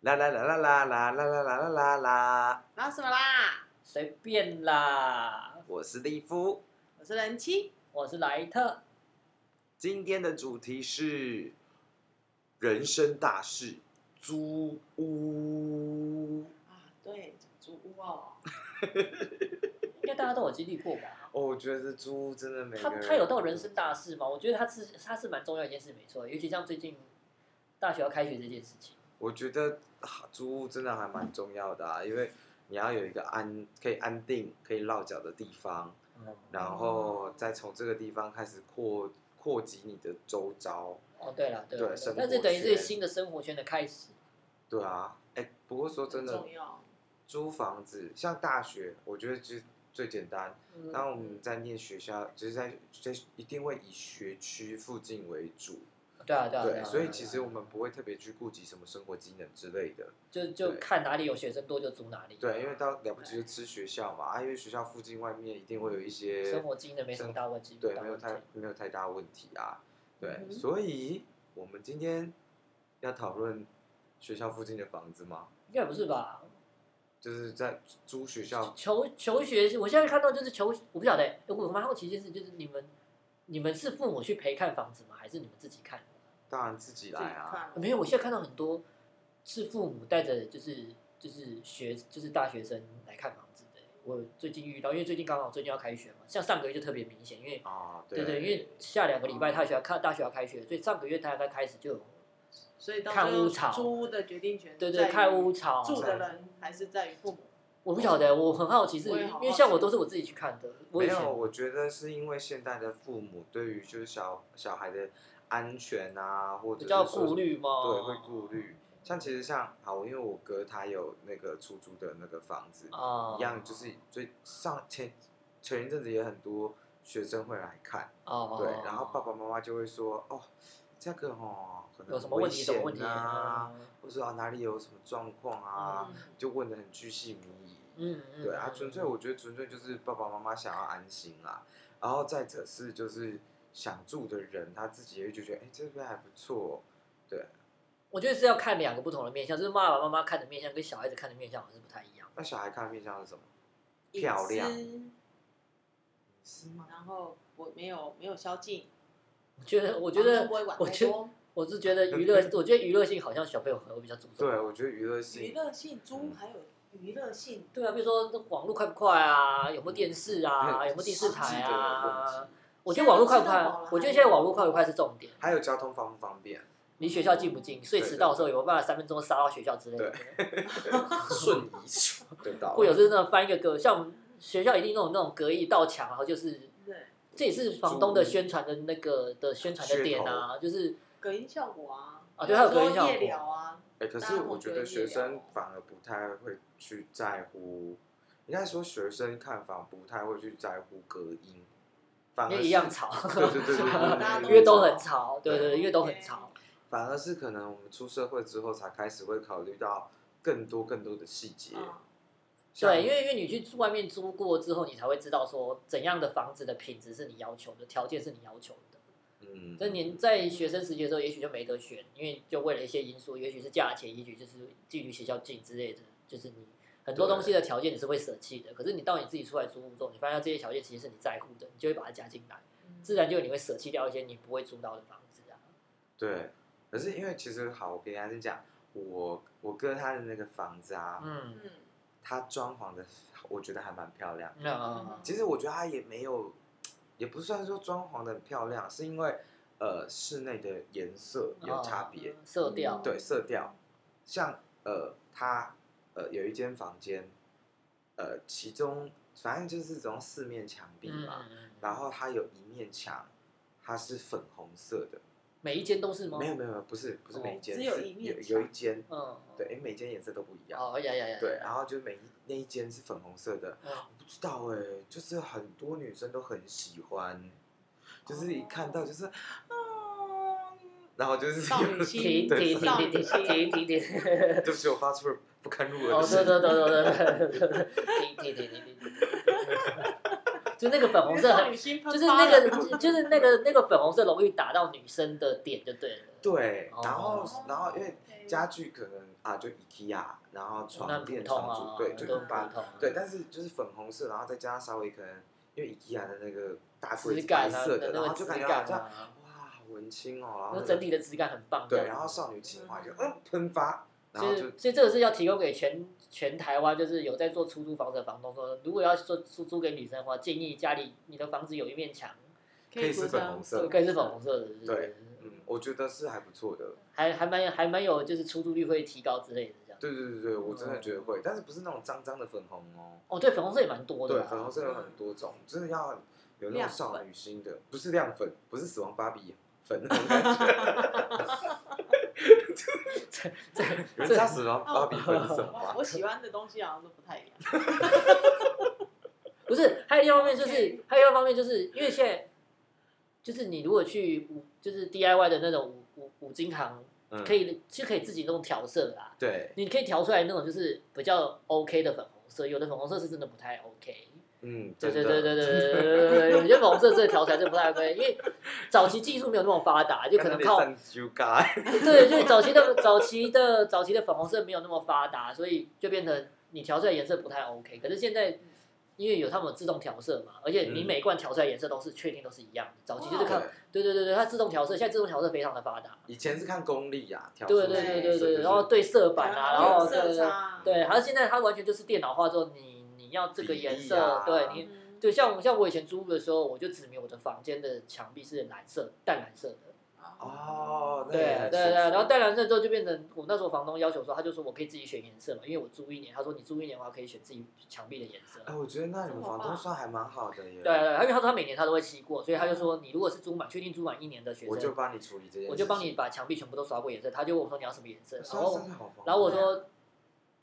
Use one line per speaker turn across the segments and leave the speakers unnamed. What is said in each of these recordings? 啦啦啦啦啦啦啦啦啦啦啦啦，
然后什么啦？
随便啦。
我是利夫。
我是人妻，
我是莱特，
今天的主题是人生大事，租屋。
啊，对，租屋哦，
应该大家都有经历过吧？
哦，我觉得租屋真的每个
他
人
他有到人生大事吗？我觉得他是他是蛮重要一件事，没错。尤其像最近大学要开学这件事情，
我觉得、啊、租屋真的还蛮重要的啊，因为你要有一个安可以安定、可以落脚的地方，然
哦
后再从这个地方开始扩扩及你的周遭。
哦，对了，对
对
了，
生活
那这等于是
圈
新的生活圈的开始。
对啊，哎，不过说真
很
的
重，要。
租房子像大学，我觉得就最简单。
嗯
那我们在念学校，就是在在一定会以学区附近为主，
对啊，对啊，
对，
啊
所以
啊
其
啊
实我们不会特别去顾及什么生活机能之类的，
就就
对
看哪里有学生多就租哪里。
对，因为到了不起就吃学校嘛，啊，因为学校附近外面一定会有一些
生活经验没什么大问题，
对，
大
没有
问题
太没有太大问题啊，对，
嗯哼
所以我们今天要讨论学校附近的房子吗？
应该不是吧？
就是在租学校
求求学是，我现在看到就是求，我不晓得、欸，我蛮好奇一件事，就是你们你们是父母去陪看房子吗？还是你们自己看？
当然自己来啊，
嗯自己看哦
没有，我现在看到很多是父母带着就是就是学就是大学生来看房子的欸、我最近遇到，因为最近刚好最近要开学嘛，像上个月就特别明显，因为
啊，
对对，因为下两个礼拜大学要开大学要开学，所以上个月大概开始就有
所以到
看
最后
屋潮
租屋的决定权
对
在
对
于
看屋潮
住的人还是在于父母。
我不晓得，我很好奇是，
我也好
因
好奇
为像我都是我自己去看的，我以
没
前
有，我觉得是因为现在的父母对于就是小小孩的安全啊，或者
比
是
较
说
顾虑哦嘛，
对，会顾虑。像其实像好，因为我哥他有那个出租的那个房子，
啊，
一样就是最上前前一阵子也很多学生会来看，
哦，
对，然后爸爸妈妈就会说哦，这个哦可能
有什么问题？什么问题
啊，
嗯
或者啊哪里有什么状况啊，
嗯
就问的很巨细靡遗。
嗯嗯，
对啊，
嗯
纯粹我觉得纯粹就是爸爸妈妈想要安心啦，然后再者是就是想住的人他自己也会觉得，哎、这边还不错，
我觉得是要看两个不同的面相，就是爸爸妈妈看的面相跟小孩子看的面相好像是不太一样。
那小孩看面相是什么？
隐
漂亮
私
是吗？
然后我没有没有宵禁，
我觉得，我觉得
不会管
我
太
觉得
多。
我是觉得娱乐，我觉得娱乐性好像小朋友可能会比较注重。
嗯对，我觉得娱乐
娱
性，
乐性
嗯
租还有娱乐性，
对啊，比如说那网络快不快啊？有没有电视啊？
嗯
有没有第四台
实际的问
啊
题？
我觉得网络快不
现在都知道
快
了？
我觉得现在网络快不快是重点，
还有交通方不方 便，
离学校近不近？所以迟到的时候有没有办法三分钟杀到学校之类的？
瞬移 就到
会有
了。
就是那种翻一个隔，像我们学校一定那种那种隔一道墙，然后就是
对，
这也是房东的宣传的那个的宣传的点啊，就是
隔音效果啊，
啊对还有隔音效果
夜聊啊，
哎、可是我觉得学生反而不太会去在乎，应该说学生看房不太会去在乎隔音，反
因
而啊
为
是啊
一样，吵，
对对对对对对对，
因为都很吵，对对
对
对，因为都很吵。
反而是可能我们出社会之后才开始会考虑到更多更多的细节。
嗯，
像
对，因为因为你去外面租过之后，你才会知道说怎样的房子的品质是你要求的，条件是你要求的。
嗯，
所以你在学生时期的时候，也许就没得选，因为就为了一些因素，也许是价钱，也许就是距离学校近之类的，就是你很多
对
东西的条件你是会舍弃的。可是你到你自己出来租屋之后，你发现这些条件其实是你在乎的，你就会把它加进来，自然就你会舍弃掉一些你不会租到的房子啊。
对，可是因为其实好，我跟大家讲，我我哥他的那个房子啊，
嗯，
嗯，
他装潢的我觉得还蛮漂亮的。
那
其实我觉得他也没有，也不算说装潢的很漂亮，是因为呃室内的颜色有差别，
呃色调，
对色调，像呃，他呃有一间房间，呃，其中反正就是这种四面墙壁
嗯，
嘛，
嗯嗯
然后它有一面墙，它是粉红色的，
每一间都是吗？
没有没有没有，不是不是
哦
每一间，
只有
是
一面
有有
墙
一间，
嗯，
对，诶每间颜色都不一样，
哦呀呀呀，
对，然后就每一那一间是粉红色的，
嗯
我不知道哎、就是很多女生都很喜欢，就是
哦
一看到就是，啊，然后就是
少女心
停 停
对
停停停
少女
停
心
停停，
对不起，我发出了不堪入耳
哦
的
对
声音。
对对对对对，停停停停停，就那个粉红色很，就是那个就是那个那个粉红色容易打到女生的点就对了。
对
哦，
然后然后因为家具可能啊就 IKEA，然后
那
床
普
垫、
通
床
啊，
组，对，就
都
一般
普。通啊
对，但是就是粉红色，然后再加上稍微可能因为 IKEA 的那个大柜
质
子白
感啊，
色的，
那
然
个
后就
质
感觉
感
好像
啊，
哇好文青哦，然
然
后
后
那
整
个
体的质感很棒。
对，然后少女情怀就嗯喷发，然
所
后
以，
就
所以这个是要提供给全全台湾，就是有在做出租房子的房东说，如果要做出租给女生的话，建议家里你的房子有一面墙，
可以是粉红
这
色
个，可以是粉红色的，是不是
对，嗯，我觉得是还不错的。
还还蛮有还蛮有，就是出租率会提高之类的这样。
对对对对，我真
嗯
的觉得会，但是不是那种脏脏的粉红哦。
哦，对，粉红色也蛮多的
对，
啊，
粉红色有很多种，真的要有那种
亮
少
粉
女心的，不是亮粉，不是死亡芭比粉那种感 觉。
这
有人知
这
道死亡芭比粉是什么
我
哦
吗？
我喜欢的东西好像都不太一样。
不是，还有另外一方面就是
OK
还有另外一方面就是因为现在，就是你如果去五就是 DIY 的那种五五五金行，
嗯
可以是可以自己弄调色的啦，
对，
你可以调出来那种就是比较 OK 的粉红色，有的粉红色是真的不太 OK。
嗯，
对
真
对
的，
对对对对对对对，有些粉红色这个调起来就不太 OK，因为早期技术没有那么发达，就可能靠
修改，
对，就是早期的早期的早期的粉红色没有那么发达，所以就变成你调出来颜色不太 OK。可是现在因为有他们自动调色嘛，而且你
嗯
每一罐调出来颜色都是确定都是一样的。早期就是
哇
靠
对
对对对对，它自动调色，现在自动调色非常的发达。
以前是看功力啊，调
对
出
对
来
对
的
对
颜色
对，
就是
然后对色板啊，然后
有
对
色
对
差，
对，还有现在它完全就是电脑化之后，你你要这个
比例
颜色，
啊
对你
嗯
对像像我以前租屋的时候，我就指明我的房间的墙壁是蓝色淡蓝色的。
哦，那
对
也
对
很
对，
舒服
然后戴蓝色之后就变成我那时候房东要求说，他就说我可以自己选颜色嘛，因为我租一年，他说你租一年的话可以选自己墙壁的颜色。
哎，我觉得那你们房东算还蛮好的耶，
对啊对，对因为他说他每年他都会漆过，所以他就说你如果是租满确定租满一年的学
我就
生，
帮你处理这件事情，
我就帮你把墙壁全部都刷过颜色。他就问我说你要什么颜色，然
算是
后
好房东，
然后我说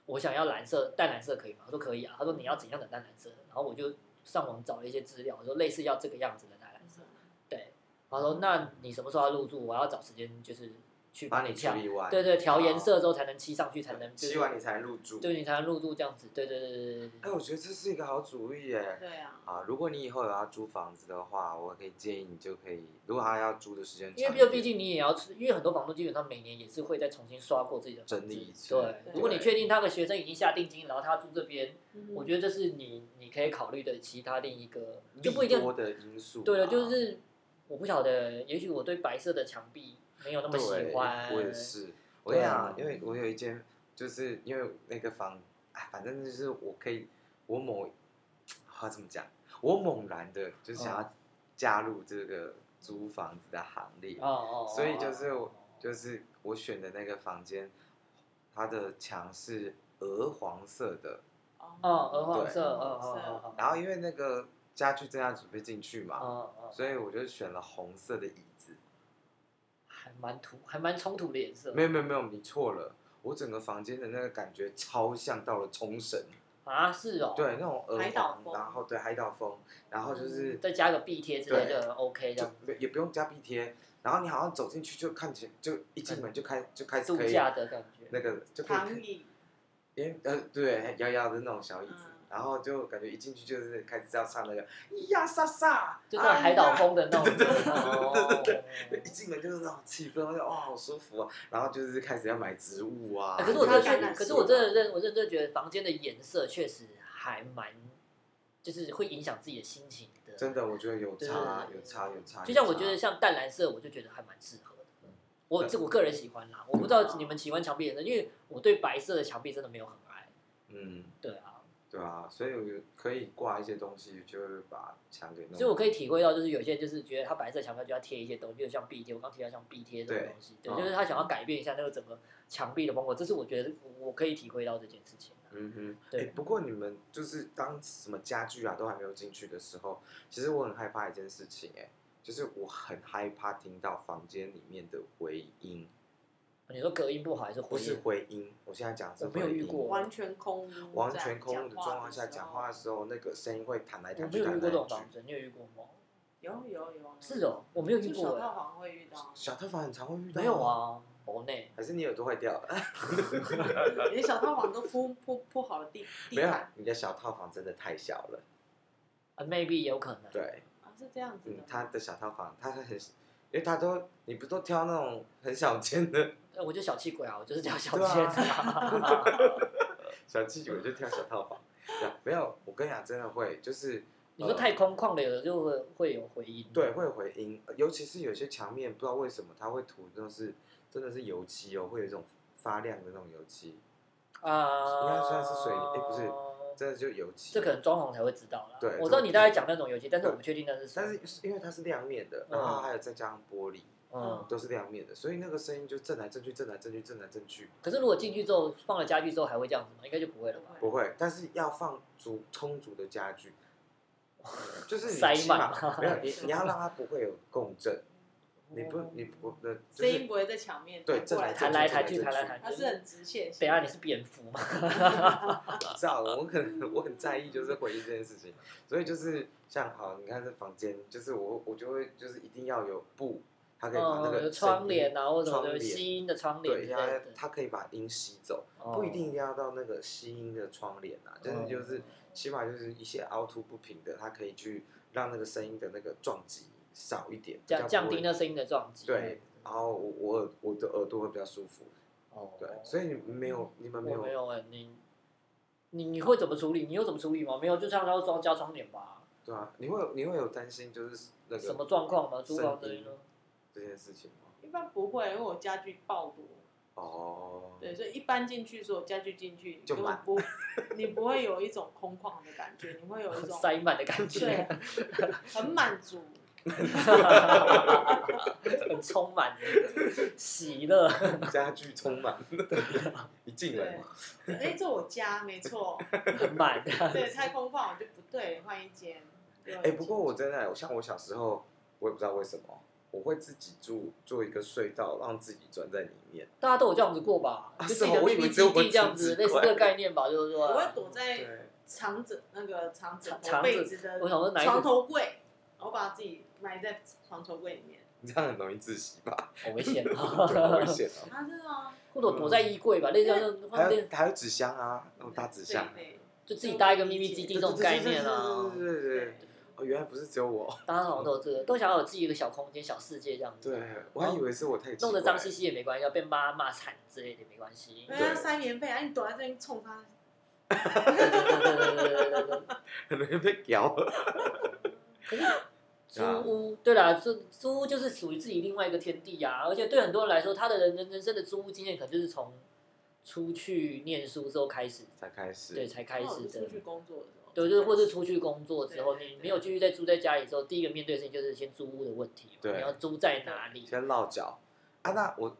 我想要蓝色，淡蓝色可以吗？他说可以啊。他说你要怎样的淡蓝色？然后我就上网找了一些资料，我说类似要这个样子的淡蓝色。对，他说那你什么时候要入住？我要找时间就是去
帮
你
你处
跳。
理完，
对对，调颜色之后才能漆上去，才能就是
洗完你才入住，
对你才能入住这样子。对对对对对
哎，
对。
我觉得这是一个好主意耶。
对啊，
啊，如果你以后有要租房子的话，我可以建议你就可以，如果他要租的时间
因
长一
为
点，
就毕竟你也要吃，因为很多房东基本上每年也是会再重新刷过自己的
整
房子
理一次
对，
对
如果你确定他的学生已经下定金，然后他住这边，我
得
觉得这是你你可以考虑的其他另一个，就不一定
利。多的因素嘛，
对了，就是我不晓得，也许我对白色的墙壁没有那么喜
对，
欢。
我也是。我跟你讲，
对
因为我有一间，就是因为那个房，哎，反正就是我可以，我某，啊怎么讲，我猛然的就是想
嗯
要加入这个租房子的行列，
哦哦，哦
所以就是我
哦
就是我选的那个房间，它的墙是鹅黄色的，
哦，鹅黄
对
色，哦哦哦哦
然后因为那个家具正要准备进去嘛，
哦哦，
所以我就选了红色的椅子。
还蛮土，还蛮冲突的颜色。
没有没有没有，你错了，我整个房间的那个感觉超像到了冲绳，
啊，是哦，
对，那种鹅
海岛
黄，
风
然后对海岛风，然
嗯
后就是、
再加个壁贴之类的，OK 这
就
样。
也不用加壁贴，然后你好像走进去就看起就一进门就开就开始
度
可以
假的感觉，
那个就可以
躺
看，
椅，
因为呃对摇摇的那种小椅子
嗯，
然后就感觉一进去就是开始要唱那个咿呀沙沙，啊
就那种海岛风的那种。
对，一进门就是那种气氛，我就哇好舒服啊！然后就是开始要买植物啊。
哎可是我
就
真的
买
确
绿
定，
色
可是我真的认，我认真觉得房间的颜色确实还蛮，就是会影响自己的心情的。
真的，我觉得有差，
对
有差，有差。
就像我
有差
觉得像淡蓝色，我就觉得还蛮适合的。我这我个人喜欢啦，我不知道你们喜欢墙壁颜色，因为我对白色的墙壁真的没有很爱。
嗯，
对啊，
对啊，所以我可以挂一些东西，就会把墙给弄。
所以我可以体会到，就是有些人就是觉得他白色墙面就要贴一些东西，就像壁贴，我刚提到像壁贴这种东西，对，
对嗯
就是他想要改变一下那个整个墙壁的风格，这是我觉得我可以体会到这件事情啊、
嗯哼，
对
哎，不过你们就是当什么家具啊都还没有进去的时候，其实我很害怕一件事情，哎，就是我很害怕听到房间里面的回音，
你说隔音不好还是啊
不
回
是
音？
回音，我现在讲的是
我没有
回
遇
音
过
完全空屋，
完全空的状况下
讲
讲话的时
候，
候，那个声音会弹来
我
弹
没
去，
有遇
弹
过
来
这种
弹去。
房子，你有遇过吗？
有有有，
是，哦，我没有遇
住
过
小
欸、
套房会遇到，
小套房很常会遇到。
没有？啊，国内
还是你耳朵坏 掉了？
连小套房都铺铺铺好了地地
没有
毯，，
你的小套房真的太小了。
啊，maybe 有可能。
对，
啊，是这样子
嗯
的，。
他的小套房，他是很，因为他都你不都挑那种很小间的
呃，我就小气鬼啊，我就是叫小
对啊
气啊。
小气鬼，就挑小套 房。对啊没有，我跟你讲，真的会，就是
你说
呃
太空旷了，有的就会会有回音。
对，会有回音，尤其是有些墙面，不知道为什么它会涂那种是真的是油漆哦，会有一种发亮的那种油漆，
啊，
应该算是水泥诶不是真的就油漆。
这可能装潢才会知道啦。
对
我知道你大概讲那种油漆，但是我不确定那是什么。
但是因为它是亮面的，然后还有再加上玻璃，
嗯，
都是亮面的，所以那个声音就震来震去，震来震去，震来震去。
可是如果进去之后放了家具之后还会这样子吗？应该就不会了吧？
不会，但是要放足充足的家 具，就是你
塞
起
满
码 没有你，你要让它不会有共振，你
哦
不你
哦
不呃就
声音
是
不会在墙面
对
弹过来
正
弹
来
来
弹
弹
去
去，弹来弹去。
它是很直线性的。
等一下你是蝙蝠吗？
你知道了，我可
嗯
能我很在意就是回忆这件事情，啊所以就是像好，你看这房间，就是我我就会就是一定要有布，它可以把那
嗯，
个
有窗
声音
帘啊，或者什么
窗
的
帘
吸音的窗帘
对，
之类的
它。它可以把音吸走，
哦
不一定一定要到那个吸音的窗帘啊，就是就是
哦
起码就是一些凹凸不平的，它可以去让那个声音的那个撞击少一点，
降降低
呢。
那声音的撞击。
对，然后我我耳我的耳朵会比较舒服，
哦，
对，所以你们没有你们没
我
有
没有哎、你你你会怎么处理？你有怎么处理吗？没有，就像要装加窗帘吧。
对啊，你会有你会有担心就是那个
什么状况吗？租
声
房之类
音
的。
这件事情吗？
一般不会，因为我家具爆多，
哦，
对，所以一搬进去，所有家具进去，你
就
根本
满
不，你不会有一种空旷的感觉，你会有一种
塞满的感
对
觉，，
很 满足。
很充满 喜乐。
家具充满，一进
对
来嘛，，
哎，这我家没 错，
很满。
对，太空旷我就不对，换一间。哎
哎，不过我真的，我像我小时候，我也不知道为什么，我会自己住做一个隧道，让自己钻在里面。
大家都有这样子过吧？
啊
就自己的
是吗
秘密
我以为只有
基
我
地这样
自
子，
己
类似这个概念吧，就是说
我，会躲在
对，
长枕那个长枕头
长
被子的
我想说哪一
床
种
头柜，我把自己埋在床头柜里面。
你这样很容易窒息吧？
好危险
对好危
啊，
险哦。
啊，真的吗？
或者躲在衣柜吧，类似像这种
还有
类
还有纸箱啊，那种大纸箱，
对
就自己搭一个秘密基地这种概念啊。
对对对对对
对
对
对。
哦，原来不是只有我，
大家好像都有这个，都想要有自己一个小空间、小世界这样子。
对我还以为是我太奇怪
弄得脏兮兮也没关系，要被妈骂惨之类的也没关系。
人家塞棉被，啊，你躲在这里冲他，
对对对对对对对对对
很容易被咬。
租屋，对啦，租租屋就是属于自己另外一个天地呀、而且对很多人来说，他的人人人生的租屋经验，可能就是从出去念书之后开始，
才开始，
对，才开
然后
始
哦我就
的
出。去工作的时候，
对，就是或是出去工作之后，
对
你没有继续再住在家里之后，第一个面对的事情就是先租屋的问题嘛，
对
你要租在哪里？
先落脚啊。那我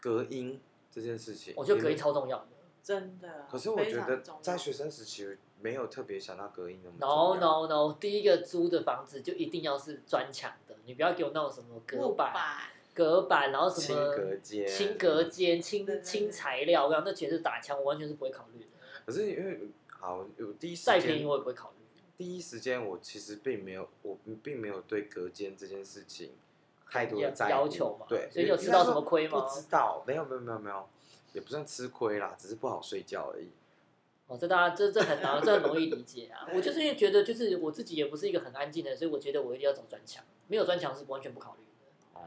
隔音这件事情，
我觉得隔音
你们
超重要的。
真的。啊
可是我觉
非
得
常重要
在学生时期没有特别想到隔音那么重
No
要
no no，第一个租的房子就一定要是砖墙的，你不要给我那种什么隔
木
板、
板，
隔板，然后什
轻
么
隔间，
轻隔。间、轻
对对对。
轻材料，然后那全是打枪，我完全是不会考虑的。
可是因为好，我第一时
再便宜
间，
我也不会考虑。
第一时间我其实并没有，我并没有对隔间这件事情太多的在意
要求嘛
对，
所以你有吃到什么亏吗
不知道，没有没有没有没有，也不算吃亏啦，只是不好睡觉而已。
哦，这大家这这很难，这很容易理解啊我就是因为觉得，就是我自己也不是一个很安静的人，所以我觉得我一定要走砖墙，没有砖墙是完全不考虑的。
哦，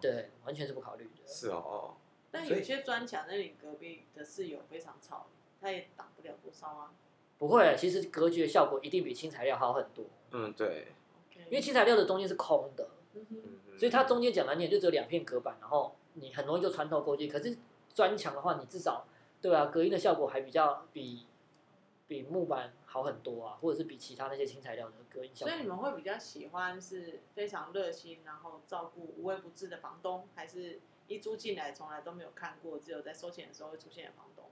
对，完全是不考虑的。
是哦哦，
但
所以
有些砖墙，那你隔壁的室友非常吵，他也挡不了多少啊。
不会，其实隔绝效果一定比轻材料好很多，
嗯对，
因
因为轻材料的中间是空的，
嗯嗯
所以它中间讲难点就只有两片隔板，然后你很容易就穿透过去。可是砖墙的话，你至少对啊，隔音的效果还比较比比木板好很多啊，或者是比其他那些轻材料的隔音
所
效果
以。你们会比较喜欢是非常热心，然后照顾无微不至的房东，还是一租进来从来都没有看过，只有在收钱的时候会出现的房东？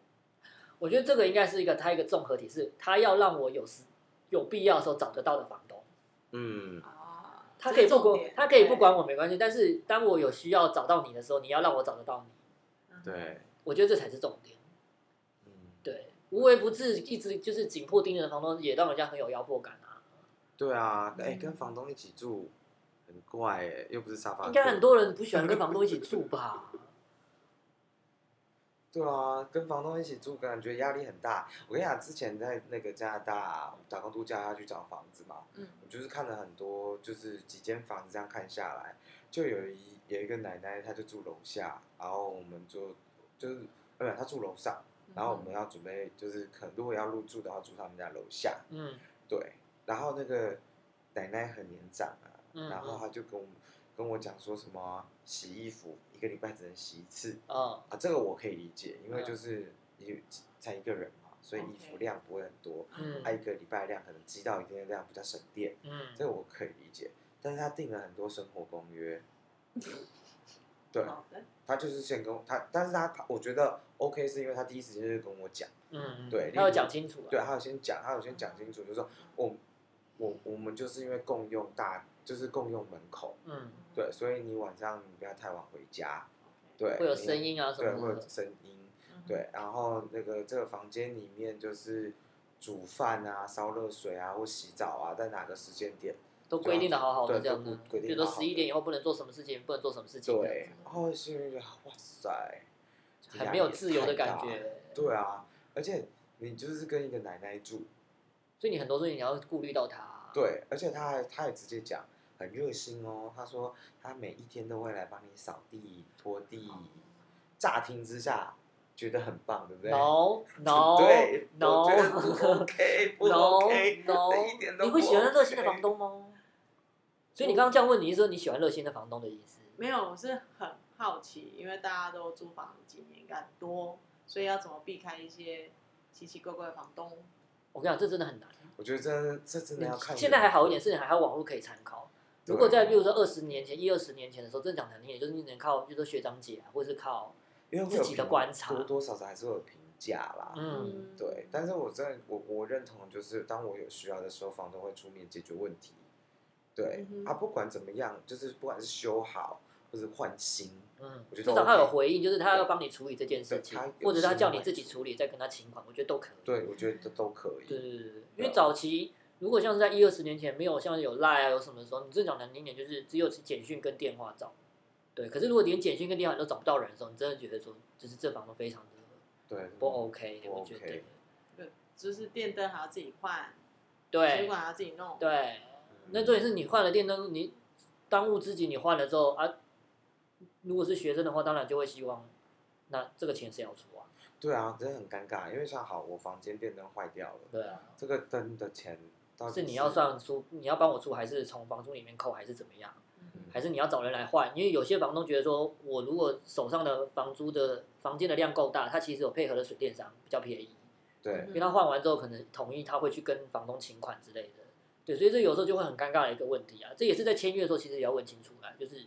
我觉得这个应该是一个它一个综合体，是它要让我有时有必要的时候找得到的房东。
嗯
啊，
他可以不管，他可以不
对，
管我没关系，但是当我有需要找到你的时候，你要让我找得到你。
嗯，
对，
我觉得这才是重点。
嗯
对，无微不至，一直就是紧迫盯着的房东，也让人家很有压迫感啊。
对啊，哎、
嗯
跟房东一起住很怪哎、又不是沙发客，
应该很多人不喜欢跟房东一起住吧？
对啊，跟房东一起住，感觉压力很大。我跟你讲，之前在那个加拿大打工度假要去找房子嘛，
嗯，
我就是看了很多，就是几间房子这样看下来，就有一有一个奶奶，她就住楼下，然后我们就就是没有她住楼上，
嗯
然后我
嗯
们要准备就是可能如果要入住的话，住他们家楼下，
嗯
对，然后那个奶奶很年长啊，
嗯，
然后她就跟我们跟我讲说什么洗衣服一个礼拜只能洗一次
嗯
啊，这个我可以理解，因为
嗯
就是一才一个人嘛，所以衣服
OK
量不会很多，啊
嗯
她一个礼拜量可能积到一定的量比较省电。
嗯，
这个我可以理解。但是他定了很多生活公 约，对
好的，
他就是先跟我他，但是他他我觉得 OK 是因为他第一时间就跟我讲，
嗯嗯
对
他要讲清楚啊，
对，他有先讲，他有先讲清楚，就是说
嗯
我我我们就是因为共用大，就是共用门口，
嗯，
对，所以你晚上你不要太晚回家，
嗯
对，
OK，
会有
你
声，音啊什
对，会
么
有
的，
声音，
嗯哼，
对，然后那个这个房间里面就是煮饭啊、烧热水啊或洗澡啊，在哪个时间点，
都规定的好好的
对
这样
都
子，
规定
比如说
好好的
十一点以后不能做什么事情，不能做什么事情，这样
对，然后心里就觉得哇塞，
子很没有自由的感。觉。
对啊，而且你就是跟一个奶奶住，
所以你很多事情你要顾虑到他啊。
对，而且她还她也直接讲很热心哦，她说她每一天都会来帮你扫地、拖地。乍听之下觉得很棒，对不对
No
对
No
我觉
No
得不 OK，不
No
OK，
No，
一点都
你
不
会喜欢热心的
OK
房东吗？所以你刚刚这样问，你是说你喜欢热心的房东的意思？
没有，我是很好奇，因为大家都租房几年，应该很多，所以要怎么避开一些奇奇怪怪的房东？
我跟你讲，这真的很难。
我觉得这这真的要看人。
嗯现在还好一点，是你还有网络可以参考。
对
如果在比如说二十年前、一二十年前的时候，真的讲难听点，就是你只能靠，比如说学长姐啊，或者是靠，
因为会有
自己的
评
观察
多多少少还是会有评价啦。
嗯，
对，但是我真的我我认同，就是当我有需要的时候，房东会出面解决问题。对，
嗯哼
啊，不管怎么样，就是不管是修好或者换新，
嗯，
我觉
至
得
少他有
OK
回应，就是他要帮你处理这件事情
对他有，
或者他
心
叫你
来
自己
做
处理，再跟他请款，我觉得都可以。
对我觉得都都可以。
对对对对，因
啊
为早期如果像是在一二十年前，没有像有 Line 啊有什么的时候，你真的讲难听点，就是只有简讯跟电话找。对，可是如果连简讯跟电话你都找不到人的时候，你真的觉得说，就是这房东非常的
对，
不哦 OK，
嗯不
我觉得
OK。
就是电灯还要自己换，水
对
管还要自己弄，
对，
嗯
那重点是你换了电灯，你当务之急你换了之后啊，如果是学生的话，当然就会希望，那这个钱谁要出啊？
对啊，真的很尴尬，因为像好，我房间电灯坏掉了，
对啊，
这个灯的钱到底
是你要算出，你要帮我出，还是从房租里面扣，还是怎么样？
嗯
还是你要找人来换，因为有些房东觉得说，我如果手上的房租的房间的量够大，他其实有配合的水电商比较便宜，
对
因为他换完之后可能同意他会去跟房东请款之类的，对，所以这有时候就会很尴尬的一个问题啊，这也是在签约的时候其实也要问清楚啦，就是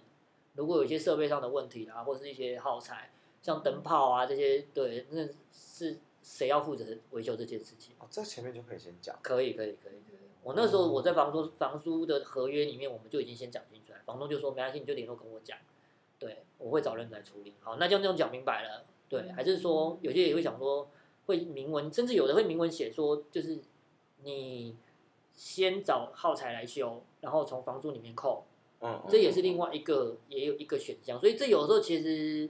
如果有一些设备上的问题啦，或是一些耗材，像灯泡啊这些，对，那是谁要负责维修这件事情？
哦，这前面就可以先讲。
可以，可以，可以。我那时候我在房租房租的合约里面，我们就已经先讲清楚了，房东就说没关系，你就联络跟我讲，对我会找人来处理。好，那就这样讲明白了，对，还是说有些也会想说会明文，甚至有的会明文写说，就是你先找耗材来修，然后从房租里面扣，
嗯，
这也是另外一个也有一个选项，所以这有时候其实，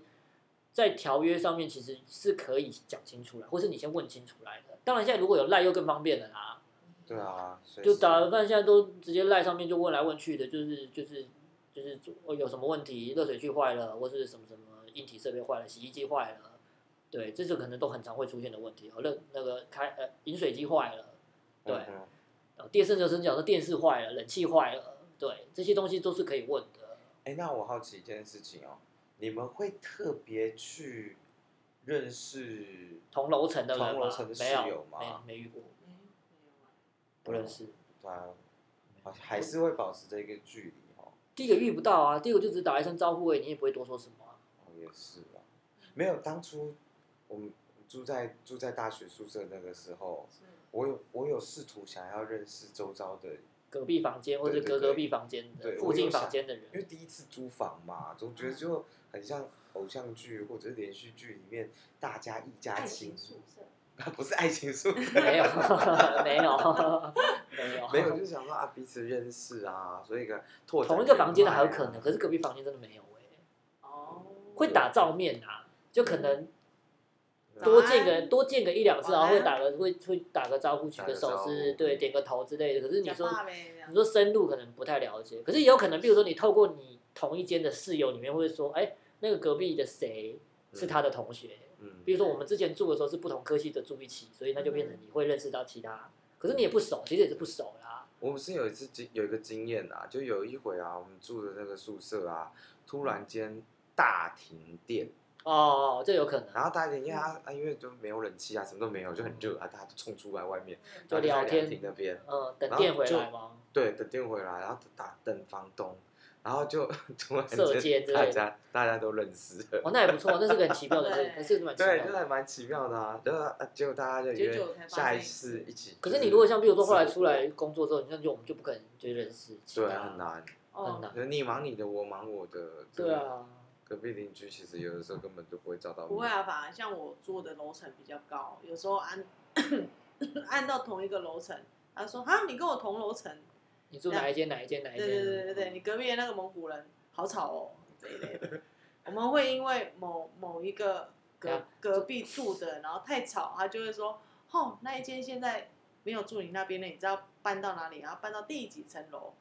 在条约上面其实是可以讲清楚来，或是你先问清楚来的。当然，现在如果有赖又更方便了啦。
对啊，随
就
时
打了饭，现在都直接赖上面就问来问去的，就是就是就是哦有什么问题，热水器坏了，或是什么什么硬体设备坏了，洗衣机坏了，对，这是可能都很常会出现的问题。哦，那那个开呃饮水机坏了，对，
嗯哼
然后电视就是讲说电视坏了，冷气坏了，对，这些东西都是可以问的。
哎，那我好奇一件事情哦，你们会特别去认识
同楼层的人
同
嘛
楼层的室
没有
友嗯吗
没有没遇过，
没有啊
不认识。
啊，好像还是会保持这个距离哦。
第一个遇不到啊，第二个就只打一声招呼而已，你也不会多说什么啊、
哦，也是啊，没有当初我们住在住在大学宿舍那个时候，
是
我有我有试图想要认识周遭的，
隔壁房间或者
对对
隔
对
隔壁房间的
对
附
我有
近
想
房间的人
因，为第一次租房嘛，总
嗯
觉得就很像偶像剧或者是连续剧里面大家一家
啊
爱
亲啊
情，宿舍，
不是爱情 宿舍，
没有，没有，没有，
没有就想说啊彼此认识啊，所以个拓展
同一个房间的
人
还有
脉啊
可能，可是隔欸壁房间真的没有哎、
哦，
会打照面啊，就可能
对
多
早安
见个多见个一两次，
嗯晚
然
安
后会打个会会打个招呼，举个手
打个招
势，
呼
对，点个头之类的。可是你
讲
说
话呗，这样
你说深入可能不太了解，可是也有可能，比如说你透过你同一间的室友里面会说，哎，那个隔壁的谁是他的同学，
嗯
比如说我们之前住的时候是不同科系的住一起，所以那就变成你会认识到其他，可是你也不熟，其实也是不熟啦。
我们是有一次经有一个经验啊，就有一回啊，我们住的那个宿舍啊，突然间大停电，
哦，这有可能，
然后大家因为
嗯
它啊，因为就没有冷气啊，什么都没有，就很热啊，大家都冲出来外面，
就
然后在
聊天
凉亭那边，
嗯，等
然后
电回
就
来吗？
对，等电回来，然后打等房东，然后就 突然
射箭
间
之类的
大家大家都认识了，
哦，那也不错，那是个很奇妙的 事，
对
可
对，
是蛮奇哦妙
就
的。
还蛮奇妙的啊，就是啊结果大家就
久
约
久才发
下
现
一
一
次
次
一起。
可是你如果像比如说后来出来，工作之后，你像就我们就不可能就认识其
嗯对，啊
他，
很难，
很
哦
难，
可是你忙你的，我忙我的，
对，啊，
隔壁邻居其实有的时候根本就不会照到面，
不会啊，反而像我住的楼层比较高，有时候按 按到同一个楼层，他说啊，你跟我同楼层，
你住哪一间哪一间啊哪一
对对对
间，
对对，你隔壁的那个蒙古人好吵哦，这一类的。 我们会因为某某一个
对
隔
啊
隔壁住的，然后太吵，他就会说，哦，那一间现在没有住你那边了，你知道搬到哪里？然后搬到第几层楼？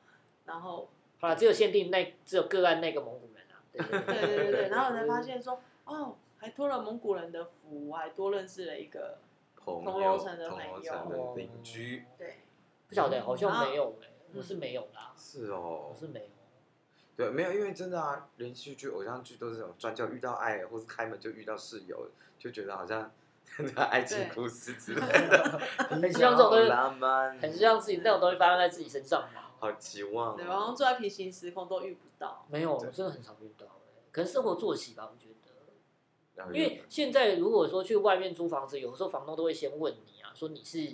然后
好了，只有限定那只有个案那个蒙古人啊，对对
对对对对，然后我 才发现说，哦，还托了蒙古人的福，我还多认识了一个，
同
同
楼
楼层的
同
朋
楼
友
层的
哦
邻居，
对，
不晓得好像
啊
没有哎，
嗯
我是没有啦，
是哦
我，是 没有，
对，没有，因为真的啊，连续剧、偶像剧都是这种专教遇到爱，或是开门就遇到室友，就觉得好像 爱情故事之类的，
很像这种东西
好浪漫，
很像自己那种东西发生在自己身上嘛，
好期望
对，然后
哦，
住在平行时空都遇不到，
没有，我
对
真的很少遇到哎，可能生活作息吧，我觉得。
然后
因为现在如果说去外面租房子，有时候房东都会先问你啊，说你是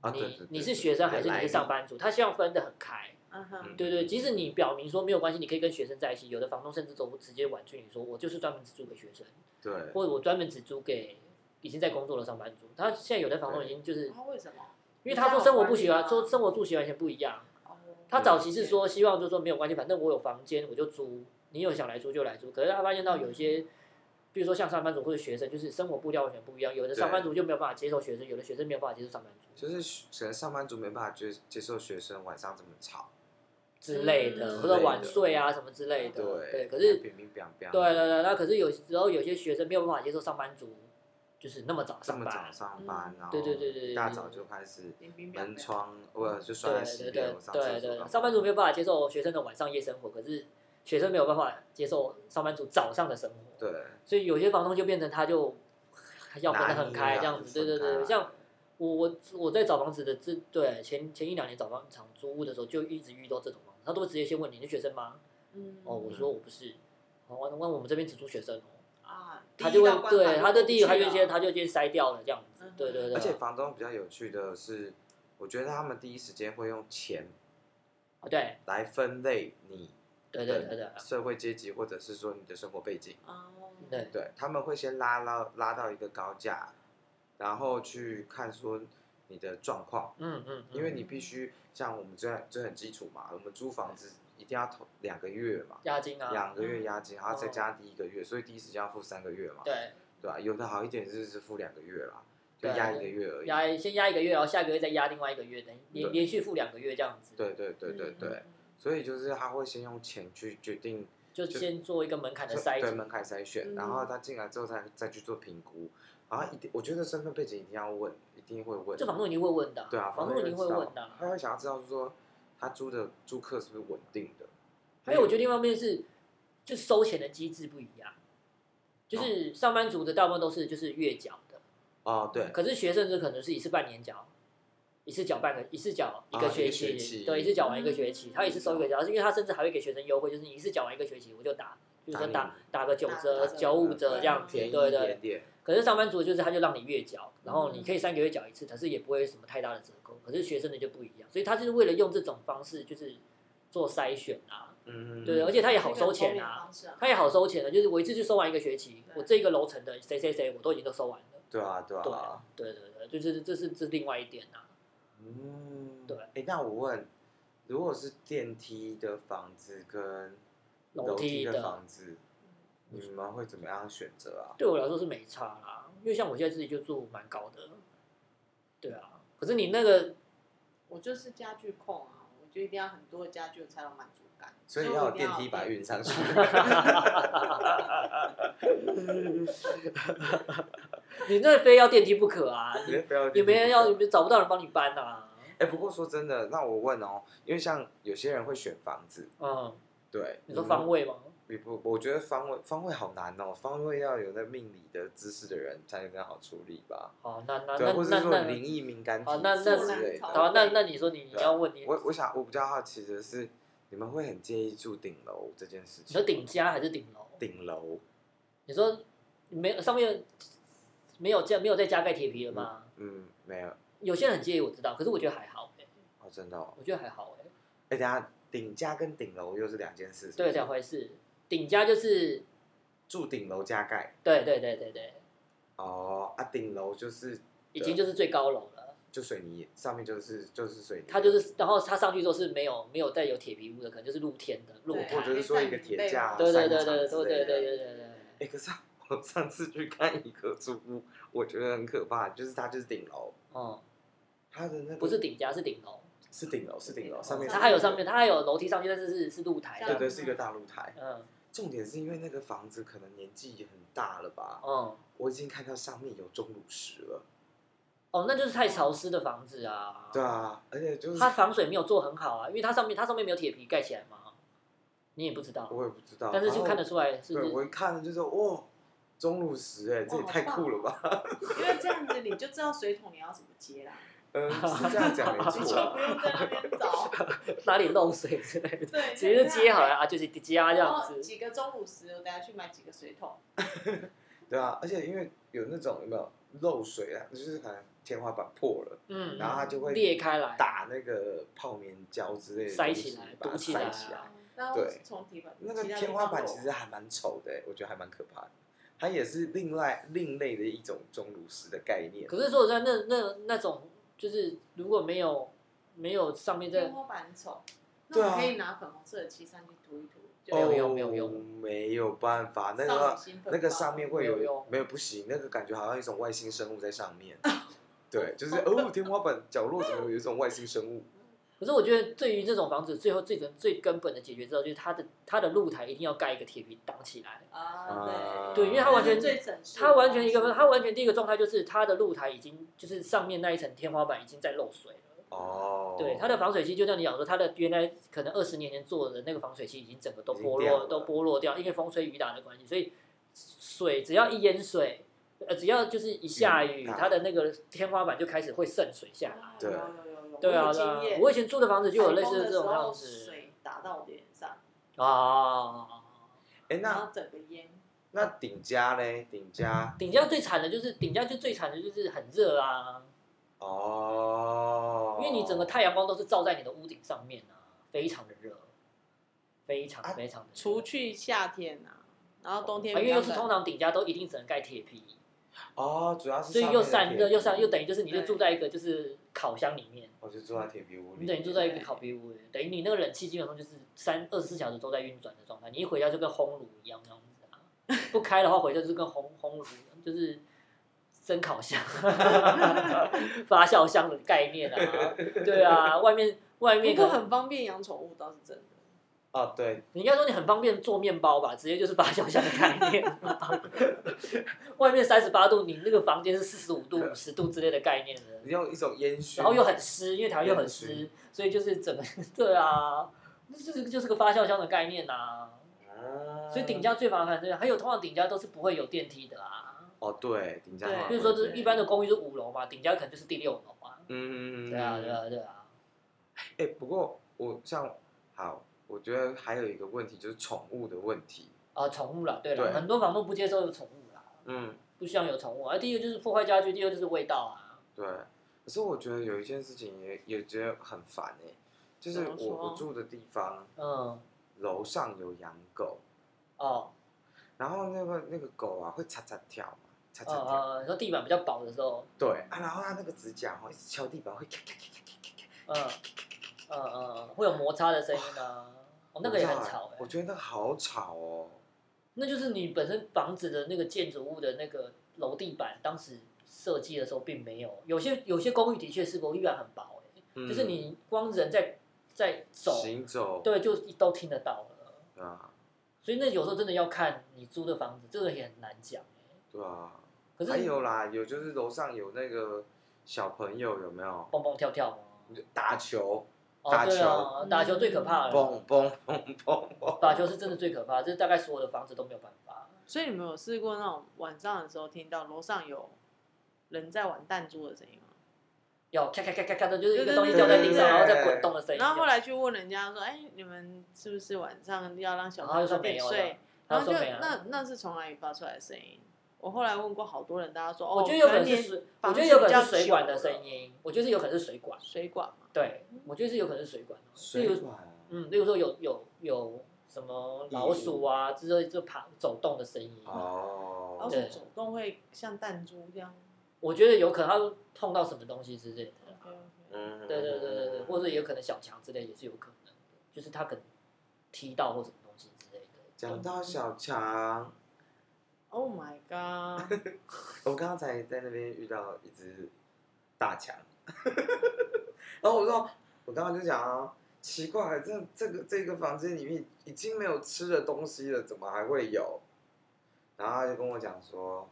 啊对对
你
对
你是学生还是你
来历
是上班族，他希望分得很开。
嗯哼，
对对，即使你表明说没有关系，你可以跟学生在一起，有的房东甚至都直接婉拒你说，我就是专门只租给学生，
对，
或者我专门只租给已经在工作的上班族。他现在有的房东已经就是，
他为什么？
因为他说生活不喜欢，
你知道我
说生活住习完全不一样。
哦，
他早期是说希望就是说没有关系，反正我有房间我就租，你有想来租就来租。可是他发现到
嗯
有些，比如说像上班族或者学生，就是生活步调完全不一样，有的上班族就没有办法接受学生，有的学生没有办法接受上班族
就是可能上班族没办法接接受学生晚上这么吵，
之类的，
嗯
或者晚睡啊什么之类的。
对，
可是
乒乒乓乓，
对对对，那可是有时候有些学生没有办法接受上班族，就是那么早
这
上
么早
班。
上班，然后
嗯对对对对对嗯
一大早就开始
林冰冰
门窗，不就
对
刷牙洗
对对
脸，
对
我上
对
厕
对，
所，
上班族没有办法接受学生的晚上夜生活，可是学生没有办法接受上班族早上的生活。
对，
所以有些房东就变成他就要分得很开这样子，
拿
对
捏
对
啊
对，
分开
对像我我我在找房子的这对前前一两年找房场租屋的时候，就一直遇到这种房子，他都会直接先问你你是学生吗？
嗯，
哦，我说我不是，哦，那那我们这边只租学生哦，
啊，
他就
第一道
会
关卡
对他就第一个他就先
先
他就先筛掉了这样子
嗯，
对对对，啊
而且房东比较有趣的是，我觉得他们第一时间会用钱
啊对
来分类你
对对对啊对
的，社会阶级，或者是说你的生活背景。
哦，
对
对，他们会先拉拉拉到一个高价，然后去看说你的状况，
嗯嗯，嗯
因为你必须像我们这这很基础嘛，我们租房子一定要投两个月嘛，
押金啊，嗯
两个月押金，然后再加第一个月，所以第一时间要付三个月嘛，
对，
对吧？有的好一点就是付两个月啦，就
对
压一个月而已。
压先压一个月，然后下个月再压另外一个月，等于连
对
连续付两个月这样子，
对对对对
嗯
对，，所以就是他会先用钱去决定
就先做一个门槛的筛
对
子，
门槛筛选，
嗯
然后他进来之后再再去做评估，然后一定我觉得身份背景一定要问，一定会问
这。房东一定会问的、
对啊，
房
东
东一定会
知道
问的啊、
他会想要知道就是说他租的租客是不是稳定的。
还有，我觉得另外一方面是，就收钱的机制不一样，就是上班族的大部分都是就是月缴的，
哦，对，
可是学生就可能是一次半年缴，一次缴半个，一次缴一个
啊
学
一个
期，
学期
对，一次缴完一个学期，
嗯
他也是收一个缴，因为他甚至还会给学生优惠，就是你一次缴完一个学期，我就打，比如说打打个九折、
打折
九五折这样子，
嗯便
对
宜一
对对
点。点，
可是上班族就是他就让你月缴，然后
嗯
你可以三个月缴一次，可是也不会有什么太大的折扣。可是学生的就不一样，所以他就是为了用这种方式就是做筛选啊，
嗯，
对，而且他也好收
这个很聪
钱
明的
啊，
方式啊，
他也好收钱的，就是我一次就收完一个学期，
对
我这个楼层的谁谁谁我都已经都收完了，
对啊，对
对
啊
啊，对对对，就是这是这是另外一点啊，
嗯，
对
哎，那我问，如果是电梯的房子跟
楼
楼
梯
梯
嗯
的
的房子，你们会怎么样选择啊？
对我来说是没差啦，因因为像我现在自己就住蛮高的，对啊。可是你那个
我就是家具控啊，我就一定要很多的家具才有满足感。
所以
我
要
一
有
定
电梯把运上去。
你那非要电梯不可啊，
你不要
也没人要，
哎、
也找不到人帮你搬啊。
不过说真的，那我问哦，因为像有些人会选房子，
嗯，
对，
你说方位吗？
也不，我觉得方位方位好难哦，方位要有那命理的知识的人才能更好处理吧。
好，那那
对
那
啊，或
那
是说灵
那，
异敏感体
好那
质
那
之类
好
的。
好，那那你说你你
对啊
要问你，
我我想我比较好奇的是，你们会很介意住顶楼这件事
你
情
说
吗？
顶家还是顶楼？
顶楼，
你说没有上面没有加没有再加盖铁皮了吗？
嗯，没有，
有些人很介意，我知道，可是我觉得还好、欸、
哦，真的、哦。
我觉得还好哎、欸，
哎、等一下顶加跟顶楼又是两件事是不
对，
是，
两回事。顶家就是
住顶楼加盖，
对对对对对，
哦，啊，顶楼就是
已
啊
经就是最高楼了。
就水泥，上面就是就是水泥，
它就是，然后它上去之后是没有没有再有铁皮屋的，可能就是露天的露
啊
或
台。
者是说一个铁架啊，
对对对
三个长
对对
之
对
类的
对对对对。
哎、可是我上次去看一个租屋，我觉得很可怕，就是它就是顶楼，
哦、
它的那个
不是顶家是顶楼，
是顶楼，是顶楼，
哦
上面
它还
是
有
一个
上面，它还有楼梯上去，但是是是露台
对
的。
对，是一个大露台。
嗯
重点是因为那个房子可能年纪很大了吧，
哦
我已经看到上面有钟乳石了。
哦，那就是太潮湿的房子啊。
对啊，而且就是
它防水没有做很好啊，因为它上面它上面没有铁皮盖起来嘛，你也不知道。
我也不知道，
但是
然
就
后
看得出来是不哦
对我
是
一看就是哇，钟乳石哎、这也
哇
太
好棒
酷了吧！
因为这样子你就知道水桶你要怎么接 啦，
嗯，是这样讲没
你
错
就
啊
不。用在那边找。
哪里漏水之类 的，
对，
直接就接好了
了。
啊，就是接啊这
然
样
后
子。
几个中午时，我等下去买几个水桶。
对啊，而且因为有那种有没有漏水啊，就是可能天花板破了，
嗯，
然后它就会
裂开来，
打那个泡棉胶之类的
塞
东
起
西
来
把它
堵起
塞
来
起
啊
来。
那我
对
从提板
那个
其他地
天花
方
板
漏
其实还蛮丑的欸，我觉得还蛮可怕的。它也是另外另类的一种钟乳石的概念。
可是说实在，那那那种就是如果没有没有上面在
天，花板很丑，
对
那
啊
我可以拿粉红色的漆上去涂一涂，就
没有
哦
用没有用
没有办法，那
少
个
女心奋
那个
发
上面会
没有用
有没有不行，那个感觉好像一种外星生物在上 面。对，就是哦，天花板角落怎么有一种外星生物？
可是我觉得对于这种房子，最后最根最根本的解决之道就是它的它的露台一定要盖一个铁皮挡起来。
啊，
对
对，
因为它完全
最省事，
它完全一个，它完全第一个状态就是它的露台已经就是上面那一层天花板已经在漏水了。
哦，
对，它的防水漆就像你讲说，它的原来可能二十年前做的那个防水漆已经整个都剥
已经掉
落，
了
都剥落掉，因为风吹雨打的关系，所以水只要一淹水，呃，只要就是一下雨，
嗯
它的那个天花板就开始会渗水下来。
啊
对
有有有有
对啊，
有
对
经
啊
验，
我以前住的房子就有类
台
似
风的
这种
时候
样子
水打到我脸上，
啊。
哎，
然
那
后整个淹，
那顶家嘞？顶家
顶家最惨的就是顶家就最惨的就是很热啊，
哦，
因为你整个太阳光都是照在你的屋顶上面啊，非常的热，非常
啊
非常的热
除去夏天啊，然后冬天
啊因
比
为
较
又是通
冷，
常顶家都一定只能盖铁皮，
哦，主要是
所以
上
又
面的
散
铁
热又
皮
散，又等于就是你就
对
住在一个就是烤箱里面，
我就住在铁皮屋里，
你等于住在一个
对
烤皮屋里，等于你那个冷气基本上就是三二十四小时都在运转的状态，你一回家就跟烘炉一样那样子 啊，不开的话回家就是跟烘烘炉一样，就是蒸烤箱、 发酵箱的概念啊，对啊，外面外面
不
可
过
能
很方便养宠物倒是真的。
哦，对，
你应该说你很方便做面包吧，直接就是发酵箱的概念。 外面三十八度，你那个房间是四十五度、五十度之类的概念的，
用一种烟熏，
然后又很湿，因为台湾又很湿
嗯，
所以就是整个 对啊，就是就是个发酵箱的概念呐、
啊
所以顶家最麻烦的，还有通常顶家都是不会有电梯的啊。
哦，对，顶家
对
好像会
比如说，就是
这样
一般的公寓是五楼嘛，顶家可能就是第六楼啊。
嗯，
对啊，对啊，对啊。
哎、不过我像好，我觉得还有一个问题就是宠物的问题。
啊，宠物啦，对了，
对
很多房东不接受有宠物啦，
嗯，
不希望有宠物啊。第一个就是破坏家具，第二就是味道啊。
对。可是我觉得有一件事情也也觉得很烦哎、就是
怎么
我
说
我住的地方
嗯，
楼上有养狗，
哦，
然后那个那个狗啊会擦擦跳，擦
呃
擦跳，
呃，你说地板比较薄的时候，
对啊，然后它那个指甲哦一直敲地板会咔咔咔咔咔咔咔，
嗯嗯嗯，会有摩擦的声音啊，哦，那个也很吵哎、
我觉得那个好吵哦。
那就是你本身房子的那个建筑物的那个楼地板当时设计的时候并没有，有些有些公寓的确是楼地板很薄、欸
嗯
就是你光人在在走，
行走，
对，就都听得到了。
啊，
所以那有时候真的要看你租的房子，这个也很难讲、欸、
对啊，
可
还
是
有啦，有就是楼上有那个小朋友有没有
蹦蹦跳跳嘛，
打球，
哦，
打
对啊，
球
打球最可怕了，
蹦蹦蹦蹦蹦，
打球是真的最可怕，这大概所有的房子都没有办法。
所以你们有试过那种晚上的时候听到楼上有人在玩弹珠的声音吗？
要咔咔咔咔咔的，就是一个
对对
东西
对
掉在
对
地
对
上，然后
对
再滚动的声音。
然后后来去问人家说：“哎，你们是不是晚上要让小
然
朋
后
友
就
早
说没
点
有
睡
了，？”
然
然后
后就
说没有了。
那哦那是从哪里发出来的声音？我后来问过好多人，大家说：“哦，
我觉得有可能
你
是水，我觉得有可能是水管的声
音，
音，我觉得是有可能是水管。
水管嘛。
对，我觉得是有可能是水管。哦
水
例如，
管啊，
嗯，例如说有有有什么老鼠啊之类就爬走动的声音，
哦，
然后
对
主动会像弹珠这样。
我觉得有可能它碰到什么东西之类的。
OK，OK
嗯，
对对对对对，或者有可能小强之类也是有可能的，就是他可能踢到或什么东西之类的。
讲到小强，
Oh my god！
我刚才在那边遇到一只大强， 然后我说，我刚刚就讲啊，奇怪，这这个这个房间里面已经没有吃的东西了，怎么还会有？然后他就跟我讲说，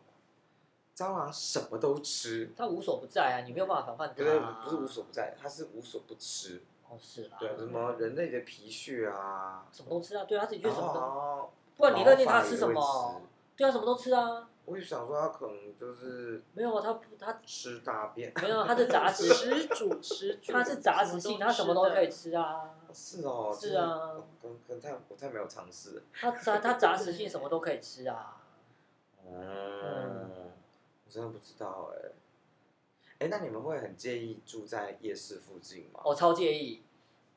蟑螂什么都吃，
他无所不在啊，你没有办法防范
不
他
是
啊。
不是无所不在，它是无所不吃，
哦，是啦。
对，啊什么人类的皮屑啊，哦
什么都吃啊，对啊，他自己去
然
什么都，
后
不然你认定他吃
吃
什么？？对啊，什么都吃啊。
我就想说他可能就是
没有啊，他不他
吃大便，
没有啊，他是 杂食，
食主食主，
他是杂食性，他什么都可以。吃啊。
是哦，
是啊
就是可能可能太我太没有尝试了。
他杂他杂食性什么都可以吃啊。
嗯，我真的不知道哎、哎、那你们会很介意住在夜市附近吗？
我、哦超介意，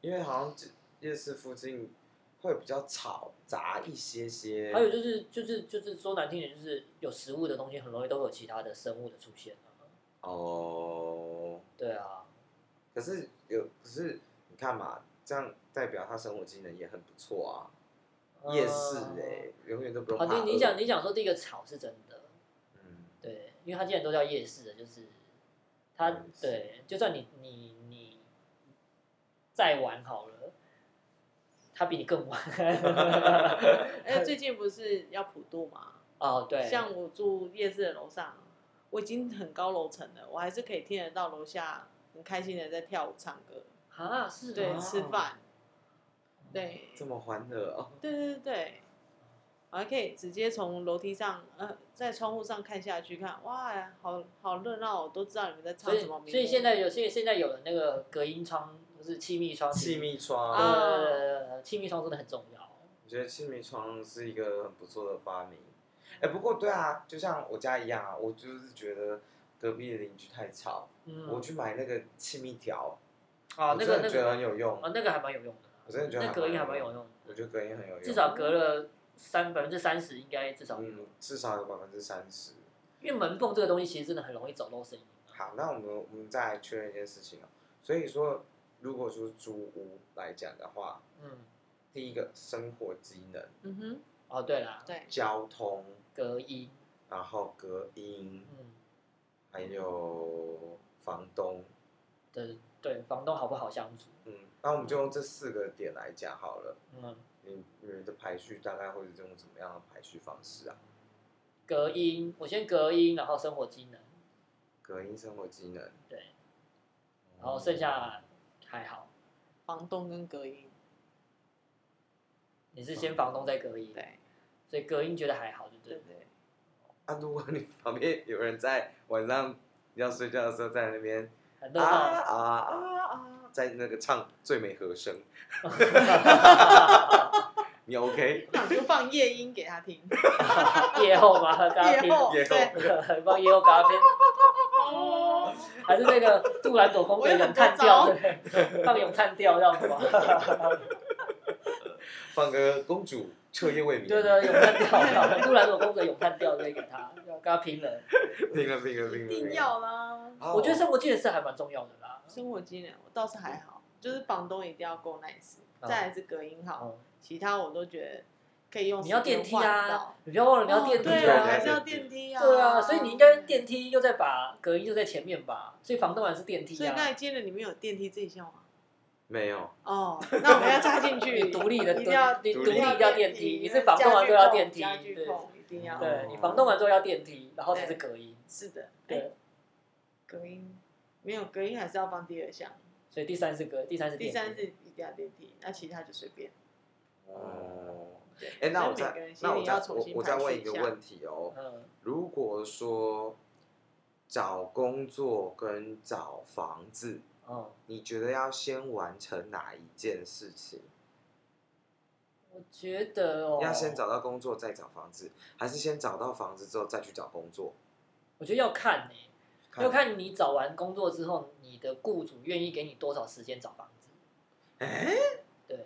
因为好像这夜市附近会比较吵杂一些些。
还有就是就是就是说难听点，就是有食物的东西很容易都会有其他的生物的出现啊、
哦，
对啊，
可是有，可是你看嘛，这样代表他生活技能也很不错啊。夜市哎、永远都不用
嗯好、
怕
啊，
饿。
你你讲你讲说第一个草是真的，
嗯，
对，因为它既然都叫夜市了，就是它
嗯
对，就算你你你再玩好了，它比你更晚。
哎，最近不是要普渡嘛？
哦，对，
像我住夜市的楼上，我已经很高楼层了，我还是可以听得到楼下很开心的在跳舞唱歌，
啊是
对，
哦
吃饭，对，
这么欢乐哦。
对对对对，我还可以直接从楼梯上，呃，在窗户上看下去看，哇，好好热闹，哦我都知道你们在唱
所以
什么民
所以
谣
现在有现现在有了那个隔音窗，就是气密窗，
气密窗，
啊
呃气密窗真的很重要。
我觉得气密窗是一个很不错的发明。哎、不过对啊，就像我家一样啊，我就是觉得隔壁的邻居太吵，
嗯，
我去买那个气密条，
啊
我
那
真
个
的
那
觉得
个
很有用。
啊那个还蛮有用的，
我真的觉得
那
还
隔音还
蛮
蛮
有
有
用
用的。
我觉得隔音很有用，
至少隔了三百分之三十，应该至少有，
嗯，至少有百分之三十。
因为门缝这个东西其实真的很容易走漏声音啊。
好，那我们我们再来确认一件事情哦。所以说，如果说租屋来讲的话，
嗯，
第一个生活机能、
嗯哼，
哦对啦，
对，
交通，
隔音，
然后隔音，
嗯，
还有房东，
对对，房东好不好相处？
嗯，那我们就用这四个点来讲好了。
嗯，
你你们的排序大概会是用什么样的排序方式啊？
隔音，我先隔音，然后生活机能，
隔音、生活机能，哦
对，然后剩下还好。
房东跟隔音，
你是先房东再隔音，
对
所以隔音觉得还好，对不
对
对？
对，
啊，如果你旁边有人在晚上要睡觉的时候在那边
很热
啊
闹。
啊啊啊，在那个唱最美和声，你 OK？
那我就放夜音给他听，
夜后吗？ 大家听
夜，后
夜后
对，
帮夜后大家听，
哦，
还是那个杜兰朵公主咏叹调，
我有
对不对放咏叹调这样子吗？
放个公主彻夜未眠，
对对，咏叹调，杜兰朵公主咏叹调这个给他，要跟他拼了。
拼了拼了拼了，
一
哦
定要啦。
好。
我觉得生活技能是还蛮重要的啦。
生活技能我倒是还好，就是房东一定要够 nice，
啊
再来是隔音好，
哦，
其他我都觉得可以用
你要
时间
电梯
换
啊
到，
你不要忘了你要电梯
对啊，还
啊
是。要电梯哦啊。
对啊，所以你应该电梯又在把隔音又在前面吧，所以房东还是电梯
所以
啊
刚，才接的里面有电梯这一项吗？
没有，
哦，那我们要插进去。
你独立的
一定要
你
独
独立
立
一定要电梯，你是
家
房
具
东完之后要
控
电梯，
家具
对
控一定要。
对
对，你房东完之后要电梯，然后才
对
是隔音，
是的，哎，
对，
隔音没有隔音还是要放第二项，
所以第三是隔，第三是
第
电
三
梯，
是一定要电梯，那其他就随便。
哦，
对，
哎，那
所以
我
每个
再
人心
那
里
我
要
再
重
我
新
我再
排序
问一
一
个
下，
问题哦，
嗯，
如果说找工作跟找房子，
哦，
你觉得要先完成哪一件事情？
我觉得哦，
要先找到工作再找房子，还是先找到房子之后再去找工作？
我觉得要看呢、欸要看你找完工作之后，你的雇主愿意给你多少时间找房子。
哎，
对，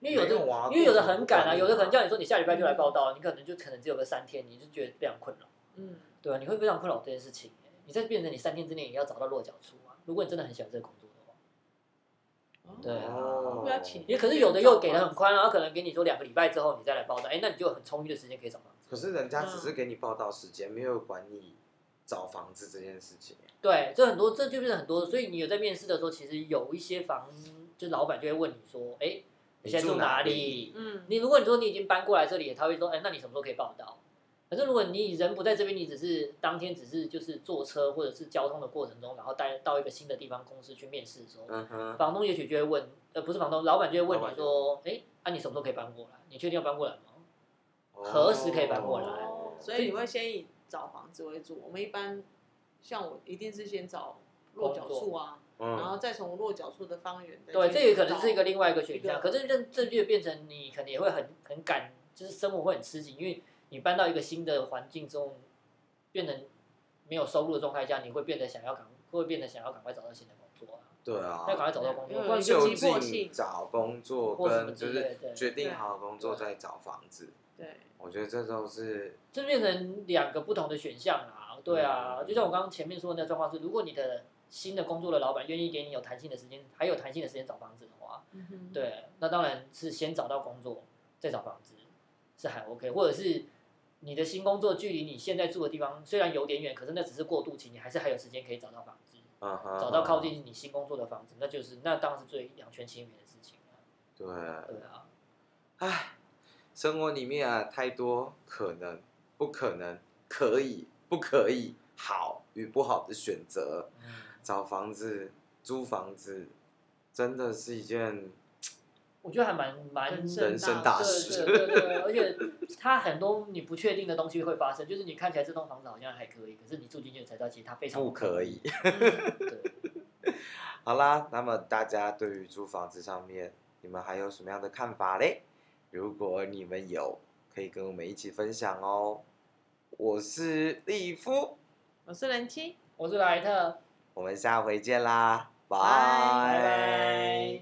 因为有的
没有啊
因为有的很赶啊，
雇主不管你啊嗯
有的可能叫你说你下礼拜就来报道，你可能就可能只有个三天，你就觉得非常困扰，
嗯，
对啊，你会非常困扰这件事情、欸你再变成你三天之内也要找到落脚处啊。如果你真的很喜欢这个工作的话，
哦
对啊
哦
不要请
也可是有的又给的很宽，然后可能给你说两个礼拜之后你再来报道，哎，那你就有很充裕的时间可以找房子。
可是人家只
嗯
是给你报道时间，没有管你找房子这件事情。啊
对，这很多，这就是很多，所以你有在面试的时候，其实有一些房，就老板就会问你说，哎，你现
你
在住
住哪
哪
里
里？
嗯，
你如果你说你已经搬过来这里，他会说，哎，那你什么时候可以报到？可是如果你人不在这边，你只是当天只是就是坐车或者是交通的过程中，然后带到一个新的地方公司去面试的时候，
嗯哼，
房东也许就会问，呃，不是房东，老板就会
老
问
板
你
就
说，哎，啊你什么时候可以搬过来？你确定要搬过来吗？何时可以搬过来
哦所以你会先以找房子为主。我们一般像我一定是先找落脚处啊，然
嗯，
后再从落脚处的方圆再去找。
对，这也可能是一个另外一个选
一个
项。可是这这就变成你可能也会很很赶，就是生活会很吃紧，因为你搬到一个新的环境中，变成没有收入的状态下，你会变得想要赶，会变得想要赶快找到新的工作啊，
对
要赶
啊，
快找到工作，
因为
不然
有
就
就
急迫性
近找工作
或什么
跟
之
就
类
是
的。
决定好工作再找房子，
对，
我觉得这都是
这变成两个不同的选项啦。对啊，
嗯
就像我刚刚前面说的那状况是，如果你的新的工作的老板愿意给你有弹性的时间，还有弹性的时间找房子的话，
嗯哼，
对，那当然是先找到工作，再找房子，是还 OK。或者是你的新工作距离你现在住的地方虽然有点远，可是那只是过渡期，你还是还有时间可以找到房子，
嗯
啊
哼，
找到靠近你新工作的房子，那就是那当然是最两全其美的事情啊
对，
对啊，
唉，生活里面啊太多可能、不可能、可以、不可以、好与不好的选择。
嗯，
找房子、租房子，真的是一件
我觉得还蛮蛮
人
人生大事。
对对对对，而且它很多你不确定的东西会发生，就是你看起来这栋房子好像还可以，可是你住进去才知道，其实它非常
不可以。
嗯
对。
好啦，那么大家对于租房子上面，你们还有什么样的看法嘞？如果你们有，可以跟我们一起分享哦。我是利夫，
我是人妻，
我是莱特，
我们下回见啦，
拜
拜
拜。